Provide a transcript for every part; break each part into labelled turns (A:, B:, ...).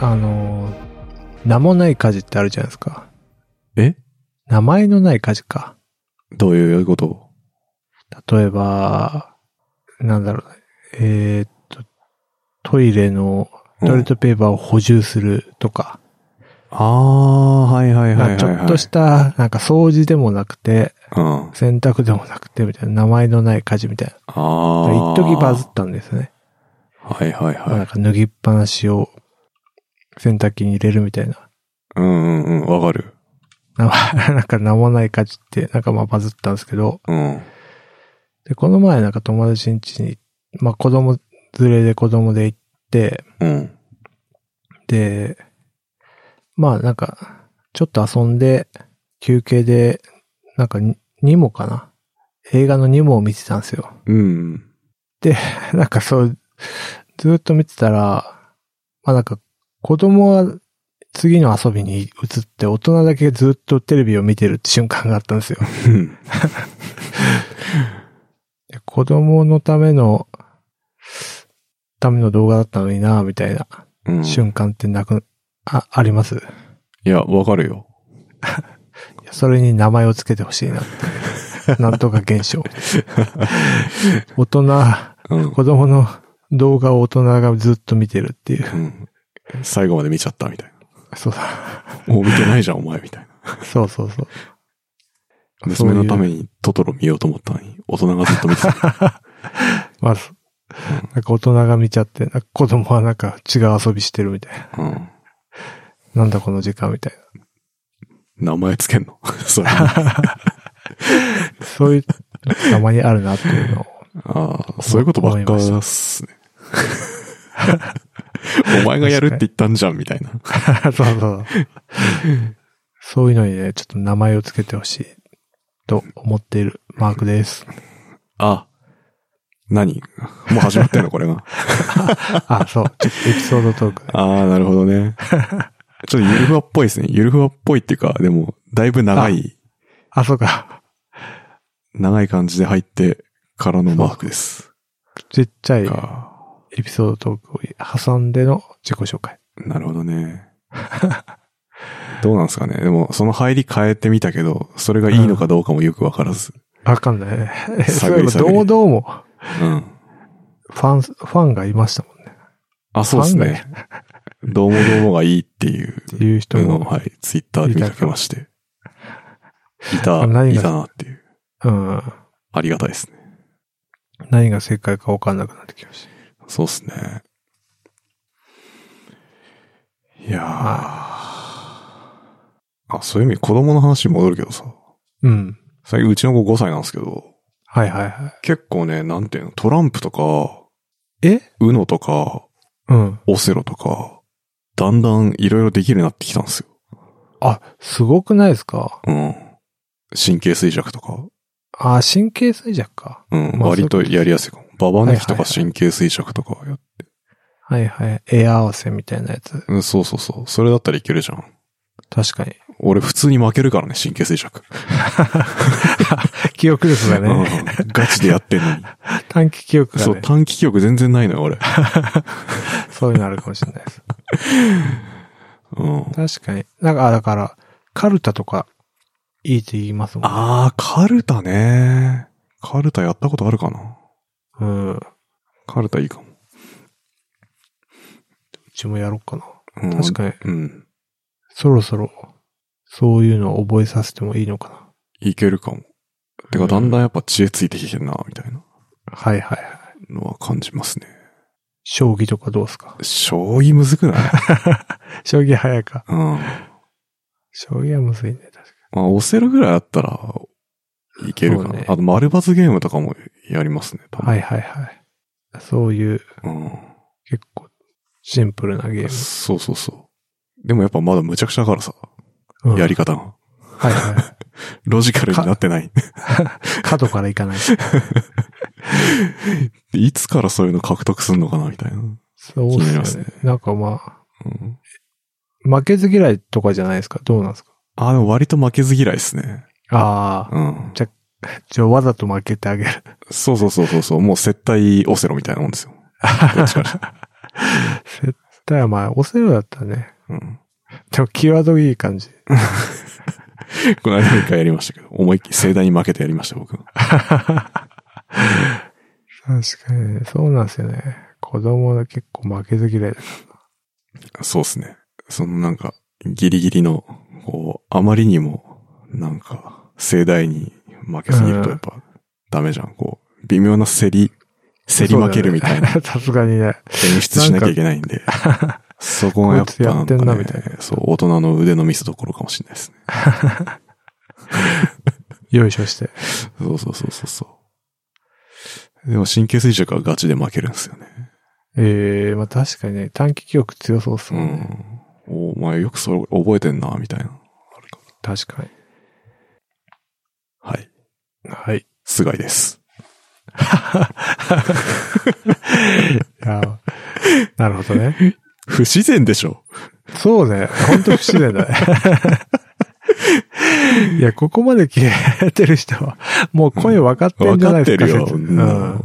A: あのー、名もない家事ってあるじゃないですか。
B: え
A: 名前のない家事か。
B: どういうこと
A: 例えば、なんだろうね、えーっと、トイレの、トイレットペーパーを補充するとか、
B: ああ、はいはいはいはい、はい。
A: なんかちょっとした、なんか掃除でもなくて、
B: うん。あ
A: 洗濯でもなくて、みたいな、名前のない家事みたいな。
B: あ。
A: 一時バズったんですね。
B: はいはいは
A: なん
B: い。
A: か脱ぎっぱなしを洗濯機に入れるみたいな。
B: うんうんうん、わかる。
A: 名前なんか名もない家事って、なんかまあバズったんですけど、
B: うん。
A: で、この前なんか友達ん家に、まあ子供連れで子供で行って、
B: うん。
A: で、まあなんか、ちょっと遊んで、休憩で、なんかにニモかな映画のニモを見てたんですよ。
B: うん。
A: なんかそう、ずっと見てたら、まあなんか、子供は次の遊びに移って、大人だけずっとテレビを見てるって瞬間があったんですよ。
B: うん
A: で子供のための、ための動画だったのになみたいな
B: うん。い
A: 瞬間ってなく、あ、あります。
B: や、わかるよ。
A: いやそれに名前をつけてほしい なって。なんとか現象。大人、
B: うん。
A: 子供の動画を大人がずっと見てるっていう。
B: うん最後まで見ちゃったみたい
A: そうだ。
B: な。もう見てないじゃん、お前み たいな。
A: そうそうそう。そうい
B: 娘
A: う
B: のためにトトロ見ようと思ったのに、大人がずっと見てた。
A: まあ、そなんか大人が見ちゃって、なんか子供はなんか違う遊びしてるみたいな。
B: うん。
A: なんだこの時間みたい
B: 名前つけんの それ。
A: な。そういう、たまにあるなっていうのを。
B: あ あ、そういうことばっかっすね。 お前がやるって言ったんじゃん、みたいな。
A: そうそう。そういうのにね、ちょっと名前をつけてほしいと思っているマークです。
B: あ、何 もう始まってんの、これが。
A: あ、そう。ちょっとエピソードトークね。
B: ああ、なるほどね。 ちょっとゆるふわっぽいですね。ゆるふわっぽいっていうか、でも、だいぶ長い、
A: あ、そうか。
B: 長い感じで入ってからのマークです。
A: ちっちゃい
B: か
A: エピソードトークを挟んでの自己紹介。
B: なるほどね。 どうなんですかね。でも、その入り変えてみたけど、それがいいのかどうかもよくわからず。
A: わかんないね。 そう
B: 探
A: いえ
B: り
A: ば、
B: 探り
A: 堂々も
B: うん。
A: ファン、ファンがいましたもんね。
B: あ、そうです
A: ファン
B: ね。どうもどうもがいいっていう
A: っていう人
B: のを、
A: も
B: はい、ツイッターで見かけまして。いた、
A: あ何
B: い
A: が
B: たなっていう。
A: うん。
B: ありがたいですね。
A: 何が正解か分かんなくなってきました。
B: そうっすね。いやー。あ、そういう意味、子供の話に戻るけどさ。
A: うん。
B: 最近うちの子5歳なんですけど、
A: はいはいは
B: 結構ね、なんていうの、トランプとか、
A: い。え
B: ウノとか、
A: うん。
B: オセロとか、だんだんいろいろできるようになってきたんですよ。
A: あ、すごくないですか
B: うん。神経衰弱とか。
A: あ、神経衰弱か。
B: うん、
A: まあ
B: 割とやりやすいかも。ババ抜きと
A: はいはいは
B: か
A: い
B: 神経衰弱とかやっ
A: はいはい。絵合わせみたいなやつ。
B: うんそうそうそう。それだったらいけるじゃん。
A: 確かに。
B: 俺普通に負けるからね、神経衰弱。
A: 記憶力が
B: う
A: ね。
B: んガチでやってんのに。
A: 短期記憶が
B: そう、
A: ね。
B: 短期記憶全然ないのよ、俺。
A: そういうのあるかもしれないです。
B: うん。
A: 確かに。なんか、あだから、カルタとか、いいって言いますもん。
B: あー、カルタね。カルタやったことあるかな
A: うん。う
B: カルタいいかも。
A: ちもやろうかな。
B: うん、
A: 確かに。
B: うん。
A: そろそろ、そういうのを覚えさせてもいいのかな。
B: いけるかも。
A: う
B: てか、
A: ん
B: だんだんやっぱ知恵ついてきてるな、みたいな
A: はいはいはい。
B: のは感じますね。
A: 将棋とかどうですか
B: 将棋むずくない
A: 将棋早いか。
B: うん。ま
A: 将棋はむずいね、確かに。
B: あ、オセロぐらいあったら、いけるかな。
A: そうね
B: あと、丸バツゲームとかもやりますね、多分
A: はいはいはい。そういう
B: う
A: 結構シンプルなゲ
B: ん。
A: ー
B: そうそうそう。でもやっぱまだむちゃくちゃだからさ、
A: ム。うん
B: やり方が。
A: はいは
B: ロジカルになってない。
A: い。角からいか ない。
B: いつからそういうの獲得するのかな、みたいな。
A: そう
B: 気になり
A: で
B: ますす
A: ね
B: ね。
A: なんかま
B: うん。
A: あ、負けず嫌いとかじゃないですか。どうなんですか
B: あ、でも割と負けず嫌いですね。
A: ああ、
B: うん。
A: じゃあわざと負けてあげる。
B: そうそうそうそうそう。もう接待オセロみたいなもんですよ。どっちかに
A: 接ただまあ、オセロだったね。
B: うん。
A: でも、キーワードいい感じ。
B: この間も一回やりましたけど、思いっきり盛大に負けてやりました、僕。
A: 確かに、ね、そうなんですよね。子供は結構負けず嫌いだ。
B: そうですね。そのなんか、ギリギリの、こう、あまりにも、なんか、盛大に負けすぎるとやっぱ、ダメじゃん。こう、微妙な競り、競り負けるみたいな
A: そうだね さすがにね。
B: 演出しなきゃいけないんで。そこがやっぱな
A: こい
B: んか、
A: つやってんな
B: ね
A: みたい、
B: そう、大人の腕の見せどころかもしれないですね。
A: よいしょして。
B: そうそうそうそうそう。でも神経衰弱はガチで負けるんですよね。
A: ええまあ確かにね、短期記憶強そうっす
B: う
A: もんね。
B: ん。お前よくそれ覚えてんな、みたいな。あるか
A: 確かに。
B: なはい。
A: はい。
B: 菅井です。
A: いや なるほどね。
B: 不自然でしょ
A: そうね。本当不自然だ ね。いや、ここまで消えてる人は、もう声分かってん
B: 分
A: じゃな
B: か
A: い
B: って
A: ですか。
B: るよ。
A: 説
B: うん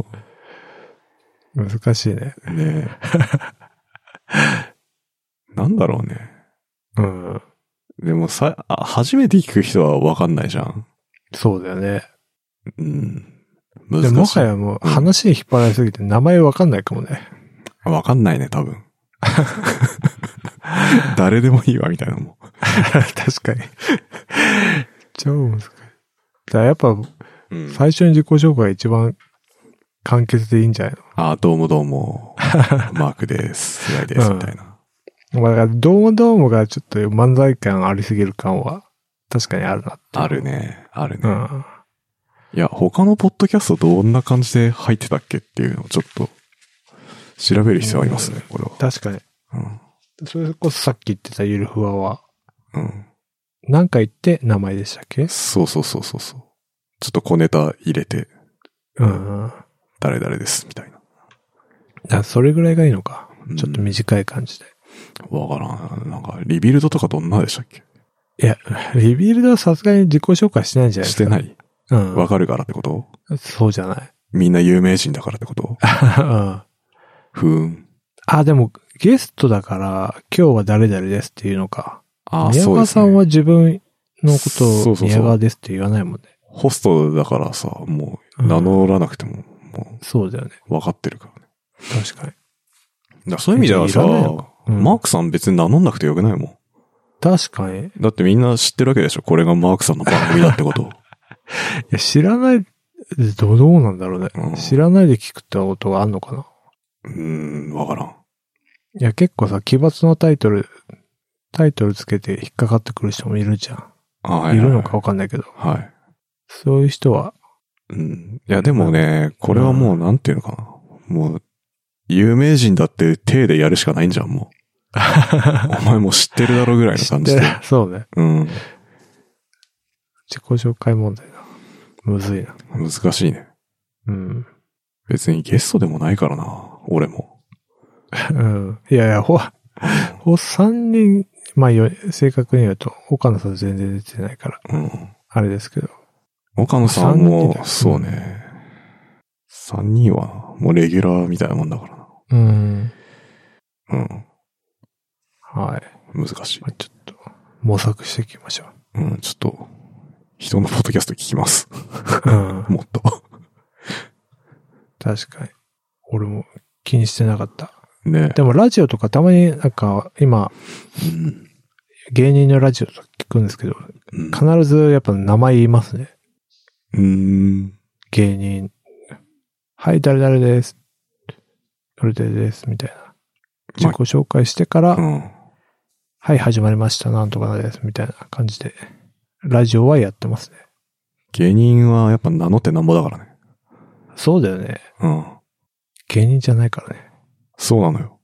A: うん。難しいね。
B: ね えなんだろうね。
A: うん。
B: でもさ、あ初めて聞く人はわかんないじゃん。
A: そうだよね。
B: うん。難し
A: で
B: い。
A: もはやもう
B: うん
A: 話に引っ張られすぎて名前分かんないかもね。
B: わかんないね、多分。 誰でもいいわ、みたいなもん。
A: 確かに。 超難しい。だからやっぱ
B: うん
A: 最初に自己紹介が一番簡潔でいいんじゃない
B: あ、どうもどうも。マークです。菅井です、
A: うん
B: みたいな。
A: のまあだからどうもどうもがちょっと漫才感ありすぎる感は確かにあるなっていう
B: ある。ね。あるね。
A: うん。
B: いや、他のポッドキャストどんな感じで入ってたっけっていうのをちょっと調べる必要ありますね、これは。
A: 確かに。
B: うん。
A: それこそさっき言ってたゆるふわは、
B: うん。
A: 何回言って名前でしたっけ
B: そうそうそうそうそう。ちょっと小ネタ入れて、
A: うん。だか
B: 誰々です、みたいな。
A: らそれぐらいがいいのか。
B: うん
A: ちょっと短い感じで。
B: わからん。なんか、リビルドとかどんなでしたっけ
A: いや、リビルドはさすがに自己紹介してないんじゃないで
B: し
A: す
B: て
A: か。
B: ない。
A: てない。
B: わかるからってこと
A: うん。そうじゃない。
B: みんな有名人だからってこと
A: うん。
B: ふーん。
A: あ、でも、ゲストだから、今日は誰々ですっていうのか。
B: ああ、
A: 宮
B: そうで
A: 川
B: す
A: さ
B: ね。
A: んは自分のこ
B: そ
A: と
B: うそう
A: を
B: そう
A: 宮川ですって言わないもんね。
B: ホストだからさ、もう、
A: うん
B: 名乗らなくても、も
A: そうだよね。
B: う、わかってるからね。
A: 確かに。
B: だからそういう意味ではさ、
A: いらないのうん
B: マークさん別に名乗んなくてよくないも
A: 確かに。い
B: ん。だってみんな知ってるわけでしょこれがマークさんの番組だっ てこと。
A: や、知らない、どどうなんだろうね。
B: うん
A: 知らないで聞くってことがあんのかな。
B: うーん、わからん。
A: いや、結構さ、奇抜なタイトル、タイトルつけて引っかかってくる人もいるじゃん。
B: あはいい
A: るのかわかんないけど。
B: はい。
A: そういう人は、
B: うん。いや、でもね、これはもう、なんていうのかな。もう、有名人だって手でやるしかないんじゃ ん、もう。お前もう知ってるだろうぐらいの
A: 知っ
B: 感じ
A: て
B: で
A: る。。そうね。
B: うん。
A: 自己紹介問題だ。むずいな。
B: 難しいね。
A: うん。
B: 別にゲストでもないからな、俺も。
A: うん。いやいや、ほ、ほ、三人、まあ、よ正確に言うと、岡野さん全然出てないから、
B: うん。
A: あれですけど。
B: 岡野さん
A: 三人
B: も、
A: だ
B: そうね。三人は、もうレギュラーみたいなもんだか
A: うん。
B: らな。
A: はい。
B: うん。難しい
A: ま。あ、ちょっと、模索していきましょ
B: うん、ちょっと、人のポッドキャスト聞きます。
A: う。うん。
B: もっと。
A: 確かに。俺も気にしてなかった。
B: ね
A: でも、ラジオとかたまになんか、今、
B: うん
A: 芸人のラジオとか聞くんですけど、
B: うん。
A: 必ずやっぱ名前言いますね。
B: うん。
A: 芸人。はい、誰々です。誰々です。みたいな。自己紹介してから、
B: うん。
A: はい、始まりました。なんとかです。みたいな感じで、ラジオはやってますね。
B: 芸人はやっぱ名乗ってなんぼだからね。
A: そうだよね。
B: うん。
A: 芸人じゃないからね。
B: そうなのよ。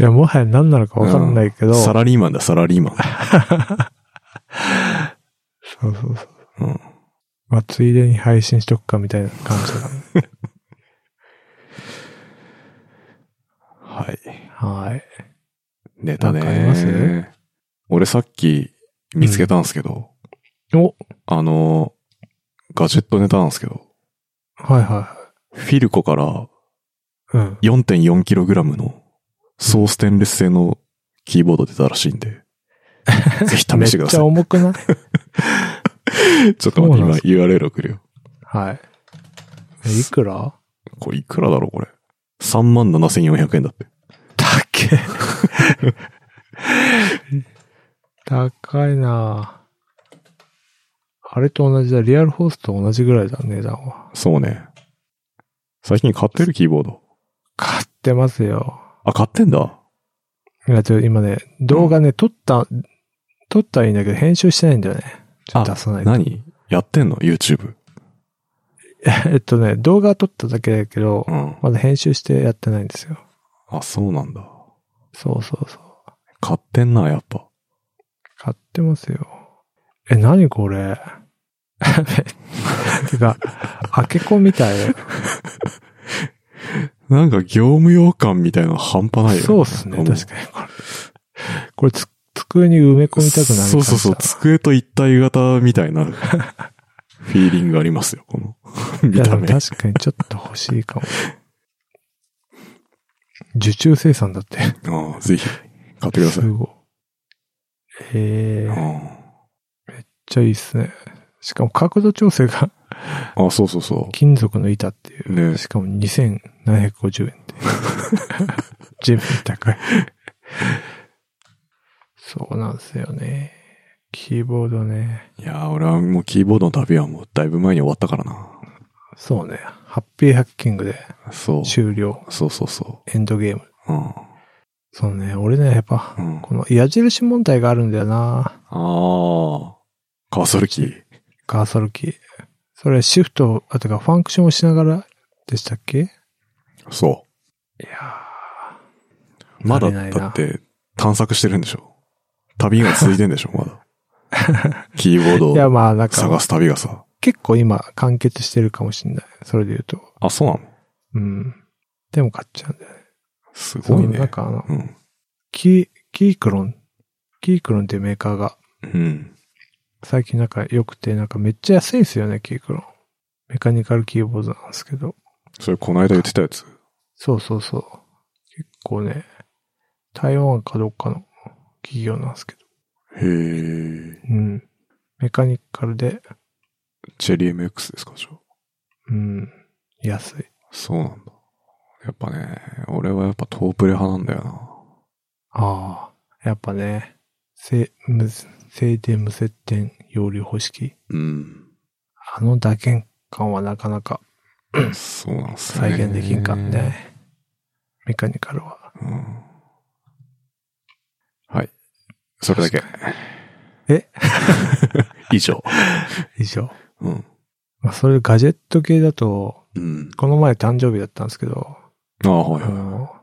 A: いや、もはや何なのかわかんないけど、
B: サラリーマンだ、サラリ ーマン。
A: そうそうそう。
B: うん。
A: まあ、ついでに配信しとくかみたいな感じだね。
B: はい。
A: はい。
B: ネタ
A: なんかあります
B: ね。俺さっき見つけたんですけど、
A: お、
B: あの、ガジェットネタなんですけど、
A: はいは
B: フィルコから、
A: い。うん。
B: 4.4kg の総ステンレス製のキーボード出たらしい んで、ぜひ試してくだ
A: めっちゃ
B: さ
A: 重く ない
B: い。ちょっと待
A: そうなん
B: っ
A: で
B: て、今 URL 送るよ。
A: はい。えいくら
B: これいくらだろう、これ。37,400円だって。
A: 高え。高いなあれと同じだ。リアルホースと同じぐらいだ、値段は。
B: そうね。最近買ってるキーボード。
A: 買ってますよ。
B: あ、買ってんだ。
A: いや、ちょ、今ね、動画ね、撮った、撮ったらいいんだけど、編集してないんだよね。ちょっと出さないと。
B: 何やってんの ?YouTube。
A: えっとね、動画は撮っただけだけど
B: う、ん。
A: まだ編集してやってないんですよ。
B: あ、そうなんだ。
A: そうそうそう。
B: 買ってんな、やっぱ。
A: 買ってますよ。え、何これ てか、開け子みたい。
B: なんか業務用感みたいなの半端ないよね。
A: そうっすね。
B: うん
A: 確かに。これ、これつ机に埋め込みたくなる感じだ
B: そうそうそう。机と一体型みた いなフィーリングありますよ、この
A: い
B: 見
A: や、で
B: た
A: も
B: 目。
A: 確かにちょっと欲しいかも。受注生産だって。
B: ああぜひ買ってください。
A: すごい。えー、めっ
B: あ
A: ちゃいいっすね。しかも角度調整 が
B: ああ、そうそうそ
A: 金属の板っていう
B: う。。ね
A: しかも2750円って。 ジム高い。そうなんですよね。キーボードね。
B: いやー、俺はもうキーボードの旅はもうだいぶ前に終わったからな。
A: そうね。ハッピーハッキングで
B: そう。
A: 終了。
B: そうそうそ
A: エンドゲーム。
B: う。うん。
A: そうね。俺ね、やっぱ
B: う、ん。あ
A: この矢印問題があるんだよな。
B: あ。カーソルキー。
A: カーソルキー。それシフト、あとかファンクションをしながらでしたっけい
B: そ
A: や
B: う。まだ、
A: 足りないな
B: だって、探索してるんでしょ。旅が続いてんで しょ、まだ。キーボード
A: ー。いや、
B: を
A: まあなん
B: 探
A: か、
B: す旅がさ。
A: 結構今完結してるかもしんない。それで言うと。
B: あ、そうなの
A: うん。でも買っちゃうんだよね。
B: すごい
A: そうなん
B: ね。
A: かあの、
B: うん。
A: キー、キークロン、キークロンっていうメーカーが
B: うん。
A: 最近なんか良くて、なんかめっちゃ安いんですよね、キークロン。メカニカルキーボードなんですけど。
B: それ、この間言ってたやつ。
A: そうそうそう。結構ね、台湾かどっかの企業なんですけど。
B: へえ。
A: うん。メカニカルで、
B: チェリー MX ですか、じゃあ。
A: うん、安い。
B: そうなんだ。やっぱね、俺はやっぱトープレ派なんだよな。
A: ああ、やっぱね、せ、無、静電無接点容量方式。
B: うん。
A: あの打鍵感はなかなか
B: そうなんすね。
A: 再現できんかんね。。メカニカルは。
B: うん。はい。それだけ。
A: え
B: 以上。
A: 以上。
B: うん。
A: まあ、それガジェット系だと、
B: うん。
A: この前誕生日だったんですけど、
B: ああ、はい
A: あ
B: はい。
A: の、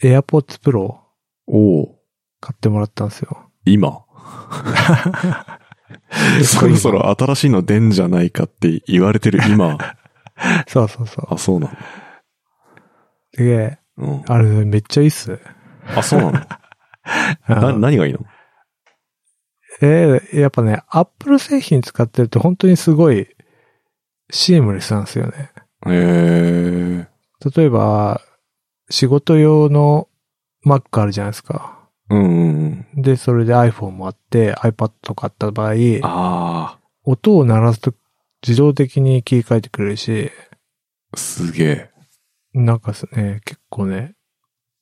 A: AirPods Pro
B: おお
A: 買ってもらったんですよ。
B: 今。 そろそろ新しいの出んじゃないかって言われてる今。
A: そうそうそう。
B: あ、そうなの。
A: で、
B: うん。
A: あれめっちゃいいっすね。
B: あ、そうなの。
A: あ
B: な、
A: の
B: 何がいいの
A: えーやっぱね、Apple 製品使ってると本当にすごいシームレスなんですよね。
B: ええ。
A: 例えば、仕事用の Mac あるじゃないですか。
B: うんうんうん。
A: で、それで iPhone もあって iPad とかあった場合、
B: あ
A: 音を鳴らすと自動的に切り替えてくれるし、
B: あ、すげえ。
A: なんかですね、結構ね、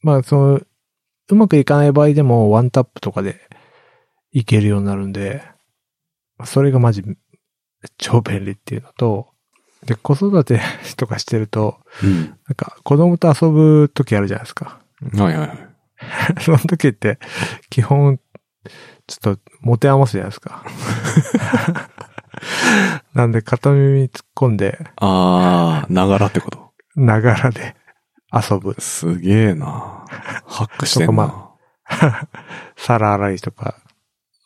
A: まあその、うまくいかない場合でもワンタップとかでいけるようになるんで、それがマジ超便利っていうのと、で、子育てとかしてると、
B: うん。
A: なんか子供と遊ぶ時あるじゃないですか。
B: はいはいはい。
A: その時って、基本、ちょっと持て余すじゃないです か。なんで片耳突っ込んで、
B: ああ、ながらってこと。
A: ながらで遊ぶ。
B: すげえな。ハックして
A: そ
B: ん
A: こ
B: な
A: ま。皿洗いとか、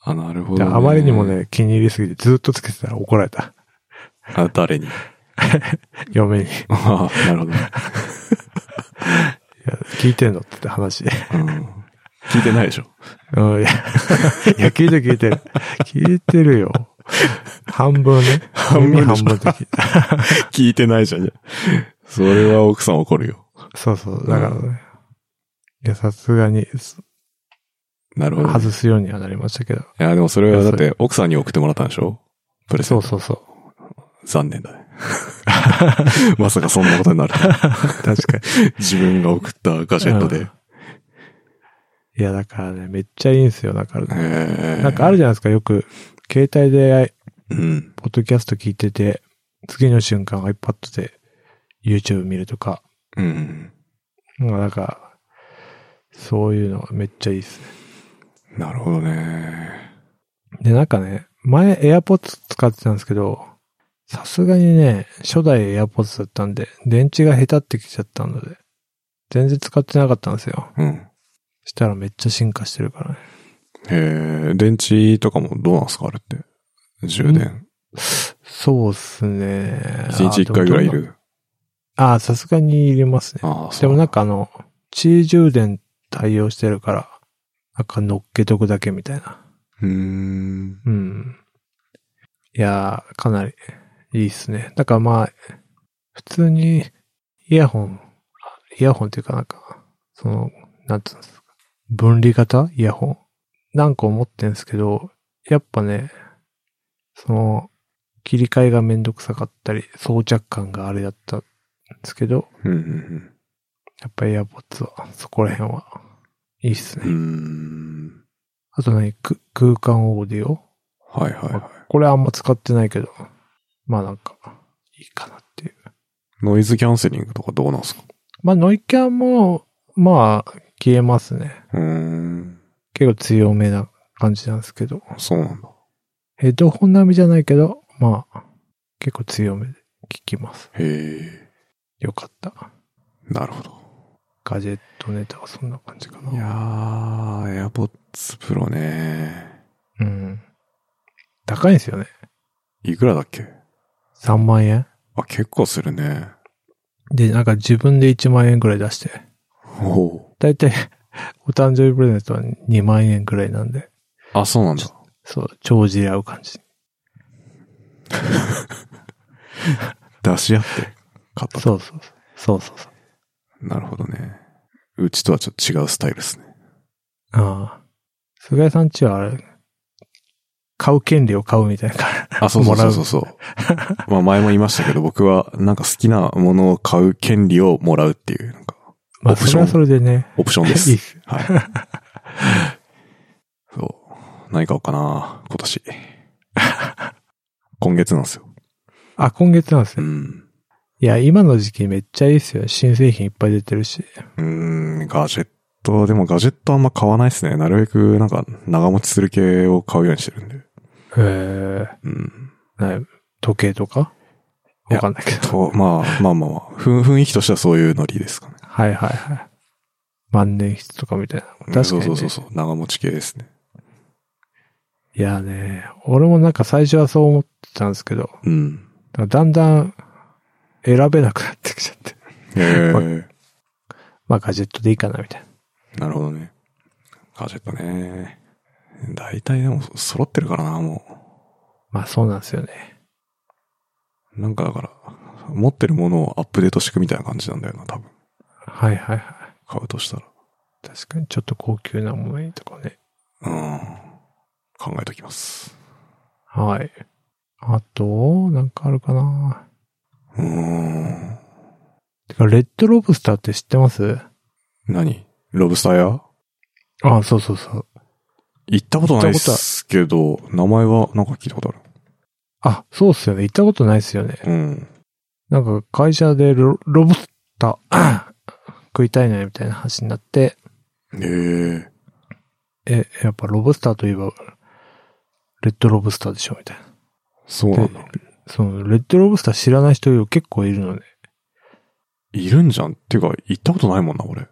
B: あ、なるほ
A: で
B: ど、
A: あまりにも。ね、気に入りすぎてずっとつけてたら怒られた。
B: あ、誰に
A: 嫁に。い
B: ああ、なるほど、
A: や、聞いてんのって話。
B: うん。聞いてないでしょ。
A: うん、いや、いや聞いてる聞いてる。聞いてるよ。半分ね。
B: 半分でし
A: 耳
B: ょ
A: 半分で聞いて
B: 聞いてないじゃん。それは奥さん怒るよ。
A: そうそう。だからね。いや、さすがに、す
B: なるほど、ね。
A: 外すようにはなりましたけど。
B: いや、でもそれはだって奥さんに送ってもらったんでしょプレゼ
A: そ
B: ン
A: う
B: ト。
A: そうそう。
B: 残念だ ね。まさかそんなことになる。
A: 確かに。
B: 自分が送ったガジェット
A: う
B: で
A: ん。いや、だからね、めっちゃいいんすよ。だからね。
B: えー
A: なんかあるじゃないですか、よく。携帯で、
B: うん。
A: ポッドキャスト聞いてて、次の瞬間 iPad で YouTube 見るとか。
B: うん。
A: まあ、なんか、そういうのめっちゃいいっすね。
B: なるほどね。
A: で、なんかね、前 AirPods 使ってたんですけど、さすがにね、初代 AirPods だったんで、電池が下手ってきちゃったので、全然使ってなかったんですよ。
B: うん。
A: したらめっちゃ進化してるからね。
B: えー、電池とかもどうなんですかあれって。充電。
A: そうっすね。
B: 1日1回ぐらい
A: あ。でも
B: いる。
A: どんどんあ、さすがにいりますね。
B: ああ、そう。
A: でもなんかあの、地位充電対応してるから、なんか乗っけとくだけみたいな。
B: うーん。
A: うん。いやー、かなりいいっすね。だからまあ、普通にイヤホン、イヤホンっていうかなんか、その、なんつうんですか、分離型イヤホン何個持ってんすけど、やっぱね、その、切り替えがめんどくさかったり、装着感があれだったんですけど、
B: うんうん
A: やっぱ AirPods は、そこら辺は、いいっす
B: うん。うー
A: ね。
B: ん。
A: あと何、く空間オーディオ
B: はいはいはい。
A: これあんま使ってないけど、まあなんか、いいかなっていう。
B: ノイズキャンセリングとかどうなんですか
A: まあノイキャンも、まあ、消えますね。
B: うーん。
A: 結構強めな感じなんですけど。
B: そうなんだ。
A: ヘッドホン並みじゃないけど、まあ、結構強めで聞きます。
B: へえ。
A: よかった。
B: なるほど。
A: ガジェットネタはそんな感じかな。
B: いやー、AirPods Pro ね。
A: うん。高いんですよね。
B: いくらだっけ
A: 3万円。
B: あ、結構するね。
A: で、なんか自分で1万円ぐらい出して。
B: おお。
A: だいたい、お誕生日プレゼントは2万円ぐらいなんで、
B: あ、そうなんだ。
A: そう、帳尻合う感じ。
B: 出し合って買ったと。
A: そうそうそう。そうそうそう。
B: なるほどね。うちとはちょっと違うスタイルですね。
A: ああ。菅井さんちはあれ、買う権利を買うみたいな感
B: あ、そうそう
A: もら
B: そううそうそう。 まあ前も言いましたけど、僕はなんか好きなものを買う権利をもらうっていう、なんか、
A: ま
B: オ
A: あ、
B: プシ
A: そ
B: ョ
A: れ
B: ン
A: はそれでね。
B: オプション
A: いい
B: で
A: っ
B: す。
A: すよ。
B: はい。そう。何買おうかな、今年。今月な んですよ。
A: あ、今月なんです
B: う
A: ね。
B: ん。
A: いや、今の時期めっちゃいいっすよ。新製品いっぱい出てるし。
B: うーん、ガジェット、でもガジェットあんま買わないですね。なるべくなんか長持ちする系を買うようにしてるんで。
A: えー、
B: うん。
A: な時計とか
B: いや
A: わかんないけど。
B: と、まあまあまあまあ、ふん雰囲気としてはそういうノリですかね。
A: はいはいはい。万年筆とかみたいな。確かに、ね。
B: そうそうそうそう。長持ち系ですね。
A: いやね、俺もなんか最初はそう思ってたんですけど、
B: うん。
A: だんだん選べなくなってきちゃって。
B: へえ
A: はまあ、ガジェットでいいかなみたいな。
B: なるほどね。ガジェットね。大体でも揃ってるからな、も
A: まあ、そうなんですよね。
B: う。なんかだから、持ってるものをアップデートしていくみたいな感じなんだよな、多分。
A: はいはいはい。
B: 買うとしたら。
A: 確かにちょっと高級なものにとかね。
B: うん。考えときます。
A: はい。あと、なんかあるかな
B: うーん。
A: てか、レッドロブスターって知ってます
B: 何ロブスター屋
A: あそうそうそう。
B: 行ったことないですけど、名前はなんか聞いたことある。
A: あ、そうっすよね。行ったことないっすよね。
B: うん。
A: なんか会社でロロブスター 食いたいねみたいな話になって、
B: へえ。
A: え、やっぱロブスターといえば、レッドロブスターでしょみたいな。
B: そうなんだ。
A: その、レッドロブスター知らない人結構いるのね。
B: いるんじゃん。っていうか、行ったことないもんな、俺。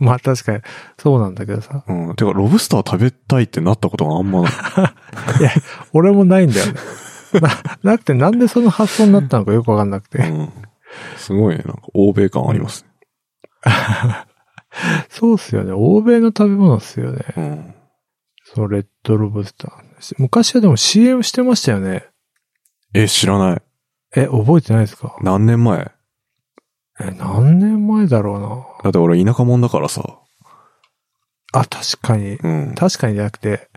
A: まあ確かに、そうなんだけどさ。
B: うん。てか、ロブスター食べたいってなったことがあんまない。
A: 俺もないんだよね。 な、なくてなんでその発想になったのかよくわかんなくて。
B: うん。すごいね。なんか、欧米感ありますね。
A: そうっすよね。欧米の食べ物っすよね。
B: うん。
A: そのレッドロブスター。昔はでも CM してましたよね。
B: え、知らない。
A: え、覚えてないですか
B: 何年前
A: え、何年前だろうな。
B: だって俺田舎者だからさ。
A: あ、確かに。
B: うん。
A: 確かにじゃなくて、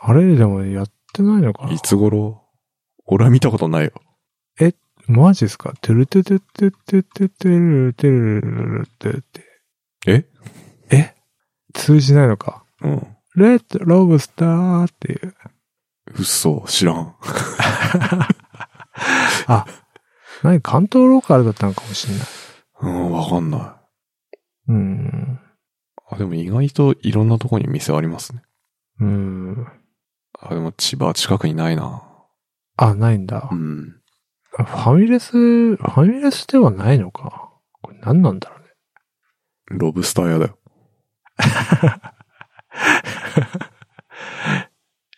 A: あれでもやってないのかない
B: つ頃俺は見たことないよ。
A: マジですかてるててててててるてるるてるて。
B: え
A: え通じないのか。
B: うん。
A: レッドロブスターっていう。
B: 嘘、知らん。
A: あ、何関東ローカルだったのかもしれない。
B: うん、わかんな
A: う
B: い。
A: ん。
B: あ、でも意外といろんなとこに店ありますね。
A: うん。
B: あ、でも千葉近くにないな。
A: あ、ないんだ
B: う。ん。
A: ファミレス、ファミレスではないのか。これ何なんだろうね。
B: ロブスター屋だよ。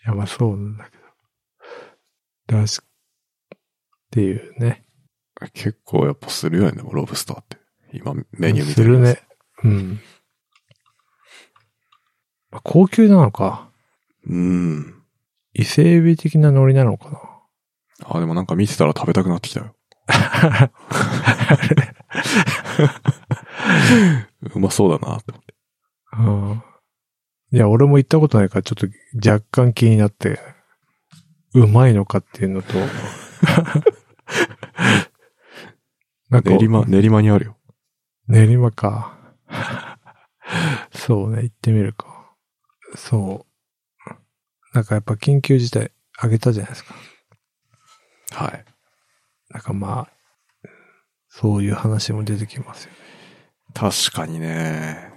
A: いや、まあそうなんだけど。だし、っていうね。
B: 結構やっぱするよね、でもロブスターって。今メニュー見
A: す
B: て
A: る
B: やつ
A: ね。。うん。まあ高級なのか。
B: うん。
A: 伊勢海老的なノリなのかな。
B: あ、でもなんか見てたら食べたくなってきたよ。 うまそうだなって思って。
A: うん。いや、俺も行ったことないから、ちょっと若干気になって、うまいのかっていうの と、なんか、
B: 練馬、練馬にあるよ。
A: 練馬か。 そうね、行ってみるか。そう。なんかやっぱ緊急事態上げたじゃないですか。
B: はい。
A: なんかまあ、そういう話も出てきますよね。
B: 確かにね。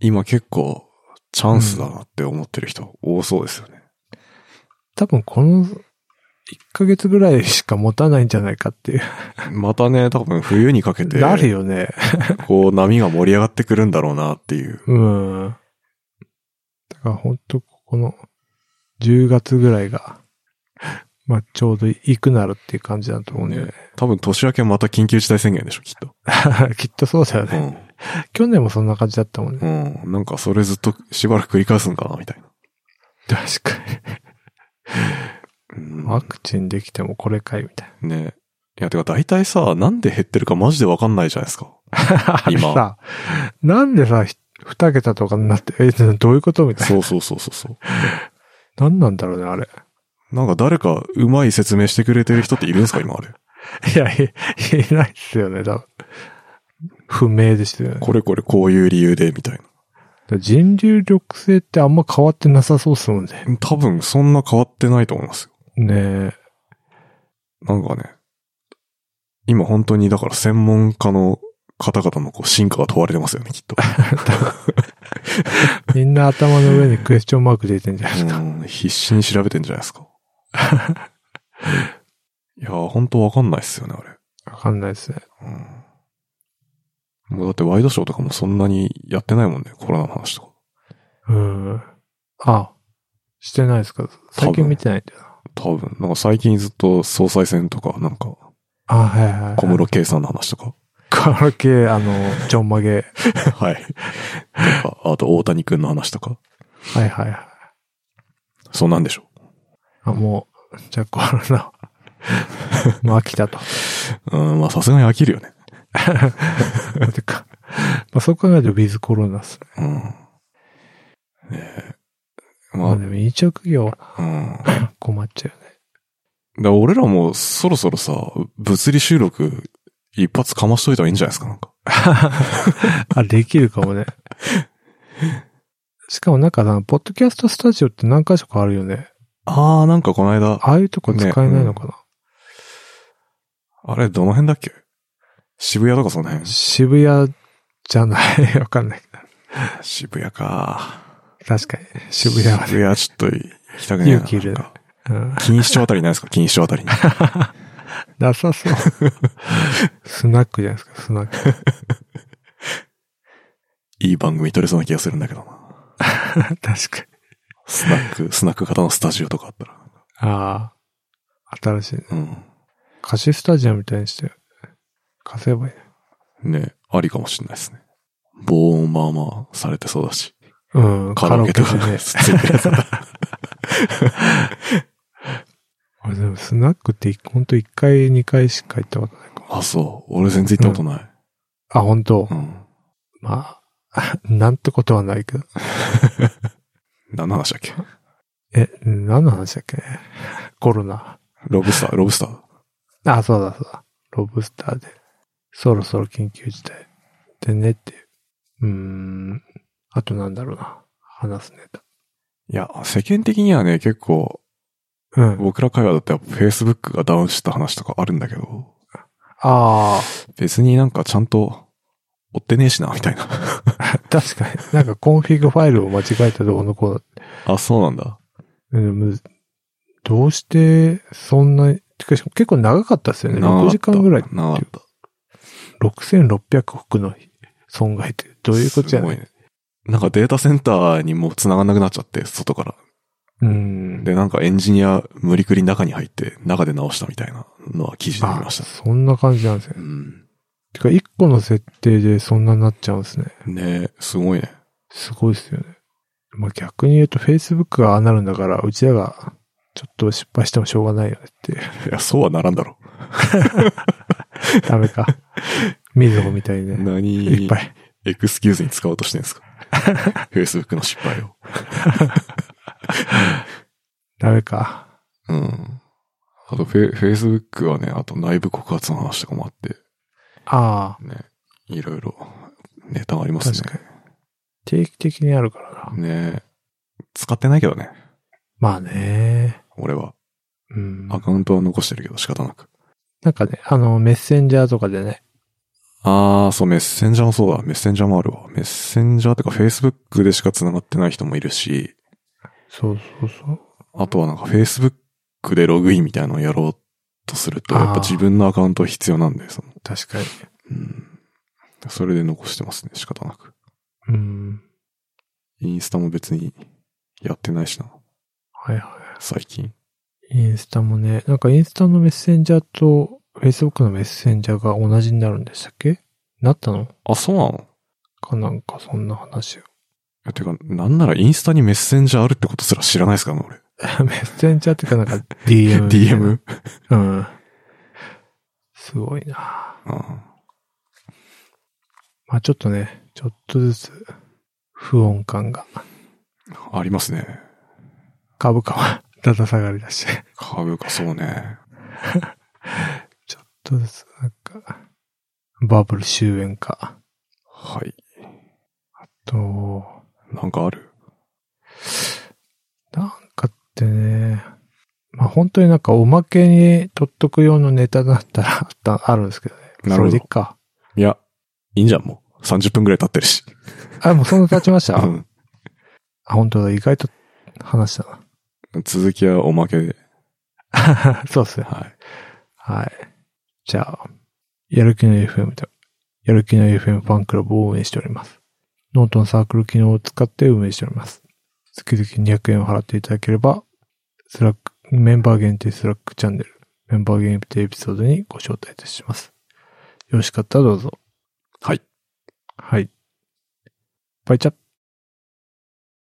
B: 今結構チャンスだなって思ってる人多そうですよね。
A: 多分この1ヶ月ぐらいしか持たないんじゃないかっていう。
B: またね、多分冬にかけて、
A: なるよね。
B: こう波が盛り上がってくるんだろうなっていう。
A: うん。だから本当ここの10月ぐらいが、まあちょうど行くなるっていう感じだと思うんだよね。
B: 多分年明けまた緊急事態宣言でしょ、きっと。
A: きっとそうだよね。去年もそんな感じだったもんね。
B: うん。うん。なんかそれずっとしばらく繰り返すんかな、みたいな。
A: 確かに。
B: うん
A: ワクチンできてもこれかいみた い
B: ねいや、てか大体さ、なんで減ってるかマジでわかんないじゃないですか。
A: な。あれ
B: 今
A: さ、なんでさ、ひ二桁とかになって、え、どういうことみたいな。
B: そうそうそうそうそう。
A: 何なんだろうね、あれ。
B: なんか誰かうまい説明してくれてる人っているんですか、今あれ。
A: いや、いいないっすよね、多分。不明でしたよね。
B: これこれこういう理由で、みたい
A: 人流抑制ってあんま変わってなさそうっすもんね。
B: な。多分そんな変わってないと思いますよ。
A: ねえ。
B: なんかね、今本当にだから専門家の方々のこう進化が問われてますよね、きっと。
A: みんな頭の上にクエスチョンマーク出てんじゃないですか。
B: うん必死に調べてんじゃないですか。いや、本当わかんないっすよね、あれ。
A: わかんないですね。
B: うん。もうだってワイドショーとかもそんなにやってないもんね、コロナの話とか。
A: うん。あ、してないですか最
B: 多
A: 近
B: 分
A: 見てないんだよな。
B: 多分、なんか最近ずっと総裁選とか、なんか、
A: あ、はいはいはい。
B: 小室圭さんの話とか。
A: 小室系、あの、ちょんまげ。
B: はい。とか、あと大谷くんの話とか。
A: はいはいはい。
B: そんなんでしょ
A: あ、もう、じゃあコロナ。 もう飽きたと。
B: う。うん、まあさすがに飽きるよね。
A: てか、まあそう考えるとウィズコロナっすね。
B: うん。ねえ。
A: ま
B: ま
A: あでも飲食業は
B: あ、うん。だか
A: 困っちゃうよね。
B: ら俺らもそろそろさ、物理収録一発かましといた方がいいんじゃないですか、なんか。
A: あ、できるかもね。しかもなんかさ、ポッドキャストスタジオって何箇所かあるよね。
B: あー、なんかこの間、
A: ああいうとこ使えないのかな、
B: あれ、どの辺だっけ渋谷とかその辺。
A: 渋谷じゃない。わ かんないけど。
B: 渋谷か。
A: 確かに。渋谷はね。
B: 渋谷ちょっと行きたくねえな。
A: 勇気いる
B: なんか
A: うん。
B: 錦糸町あたりないですか錦糸町あたり に。
A: なさ そう。スナックじゃないですか、スナック。
B: いい番組撮れそうな気がするんだけどな。
A: 確かに。
B: スナ ック、スナック型のスタジオとかあったら。
A: ああ。新しいね。
B: う
A: 貸しスタジアムみたいにして、貸せばいいね。
B: ん。ね、ありかもしれないですね。防音まあまあされてそうだし。
A: うん。
B: カラオケとか
A: でね。
B: ついてる やつだ。
A: 俺でもスナックってほんと1回、2回しか行ったことないかも。
B: あ、そう。俺全然行ったことない。
A: あ、本当
B: うん。
A: まあ、 なんてことはないけど。
B: 何の話だっけ
A: え、何の話だっけね。 コロナ。
B: ロブスター、ロブスター。
A: あ、そうだそうだ。ロブスターで。そろそろ緊急事態。でねっていう。うーん。あとなんだろうな。話すネタ。
B: いや、世間的にはね、結構、
A: うん。
B: 僕ら会話だとやっぱ Facebook がダウンした話とかあるんだけど、
A: あ
B: 別になんかちゃんと追ってねえしな、みたいな。
A: あ、確かに。なんかコンフィグファイルを間違えたどうのこうの
B: あ、そうなんだ。
A: うんむどうして、そんな、しかし結構長かったですよね。
B: 長かった
A: 6時間ぐらい。
B: 長かった。
A: 6600億の損害って、どういうことじゃな
B: すご
A: い
B: ね。なんかデータセンターにもう繋がんなくなっちゃって、外から。
A: うん。
B: で、なんかエンジニア無理くり中に入って、中で直したみたいなのは記事で見ま
A: あ、
B: した。
A: そんな感じなんです
B: う
A: ね。
B: ん。
A: てか、1個の設定でそんなになっちゃうんですね。
B: ねえ、すごいね。
A: すごいですよね。まあ、逆に言うと、Facebook がああなるんだから、うちらが、ちょっと失敗してもしょうがないよねっていう。
B: いや、そうはならんだろ。
A: ダメ か。みずほみたいにね。
B: 何、
A: いっぱい。
B: エクスキューズに使おうとしてるんです か ?Facebook の失敗を。
A: ダメか。
B: うん。あとフェ、Facebook はね、あと内部告発の話とかもあって、
A: ああ、
B: ね、いろいろネタがありますね。
A: 確定期的にあるからな。
B: ね使ってないけどね、
A: まあね。
B: 俺は。
A: うん。
B: アカウントは残してるけど仕方なく。
A: なんかね、あの、メッセンジャーとかでね。
B: あー、そう、メッセンジャーもそうだ。メッセンジャーもあるわ。メッセンジャーってか Facebook でしか繋がってない人もいるし、
A: そうそうそう。
B: あとはなんか Facebook でログインみたいなのをやろうとすると、
A: あー
B: やっぱ自分のアカウント必要なんで、その、
A: 確かに。
B: うん。それで残してますね、仕方なく。
A: うん。
B: インスタも別にやってないしな、
A: はいは
B: 最近。
A: い。インスタもね、なんかインスタのメッセンジャーと Facebook のメッセンジャーが同じになるんでしたっけなったの
B: あ、そうなの
A: かなんかそんな話を。
B: えてか、なんならインスタにメッセンジャーあるってことすら知らないですからね、俺。
A: メッセンジャーっていうかなん か DM。
B: DM?
A: うん。すごいな。
B: うん。
A: まあちょっとね、ちょっとずつ不穏感が。
B: ありますね。
A: 株価は だだ下がりだし。
B: 株価、そうね。
A: ちょっとずつなんか、バブル終焉か。
B: はい。
A: と、
B: なんかある
A: なんかってね、まあ本当になんかおまけに取っとく用のネタだったらあったあるんですけどね。
B: なるほど
A: それでいっか。
B: いや、いいんじゃん、もう。30分くらい経ってるし。
A: あ、もうそんな経ちまし た、
B: うん
A: あ、本当だ。意外と話した
B: 続きはおまけで。
A: な。そうっすね。
B: はい。
A: はい。じゃあ、やる気の FM と、やる気の FM ファンクラブを運営しております。ノートのサークル機能を使って運営しております。月々200円を払っていただければ、スラック、メンバー限定スラックチャンネル、メンバー限定エピソードにご招待いたします。よろしかったらどうぞ。
B: はい。
A: はい。バイチャップ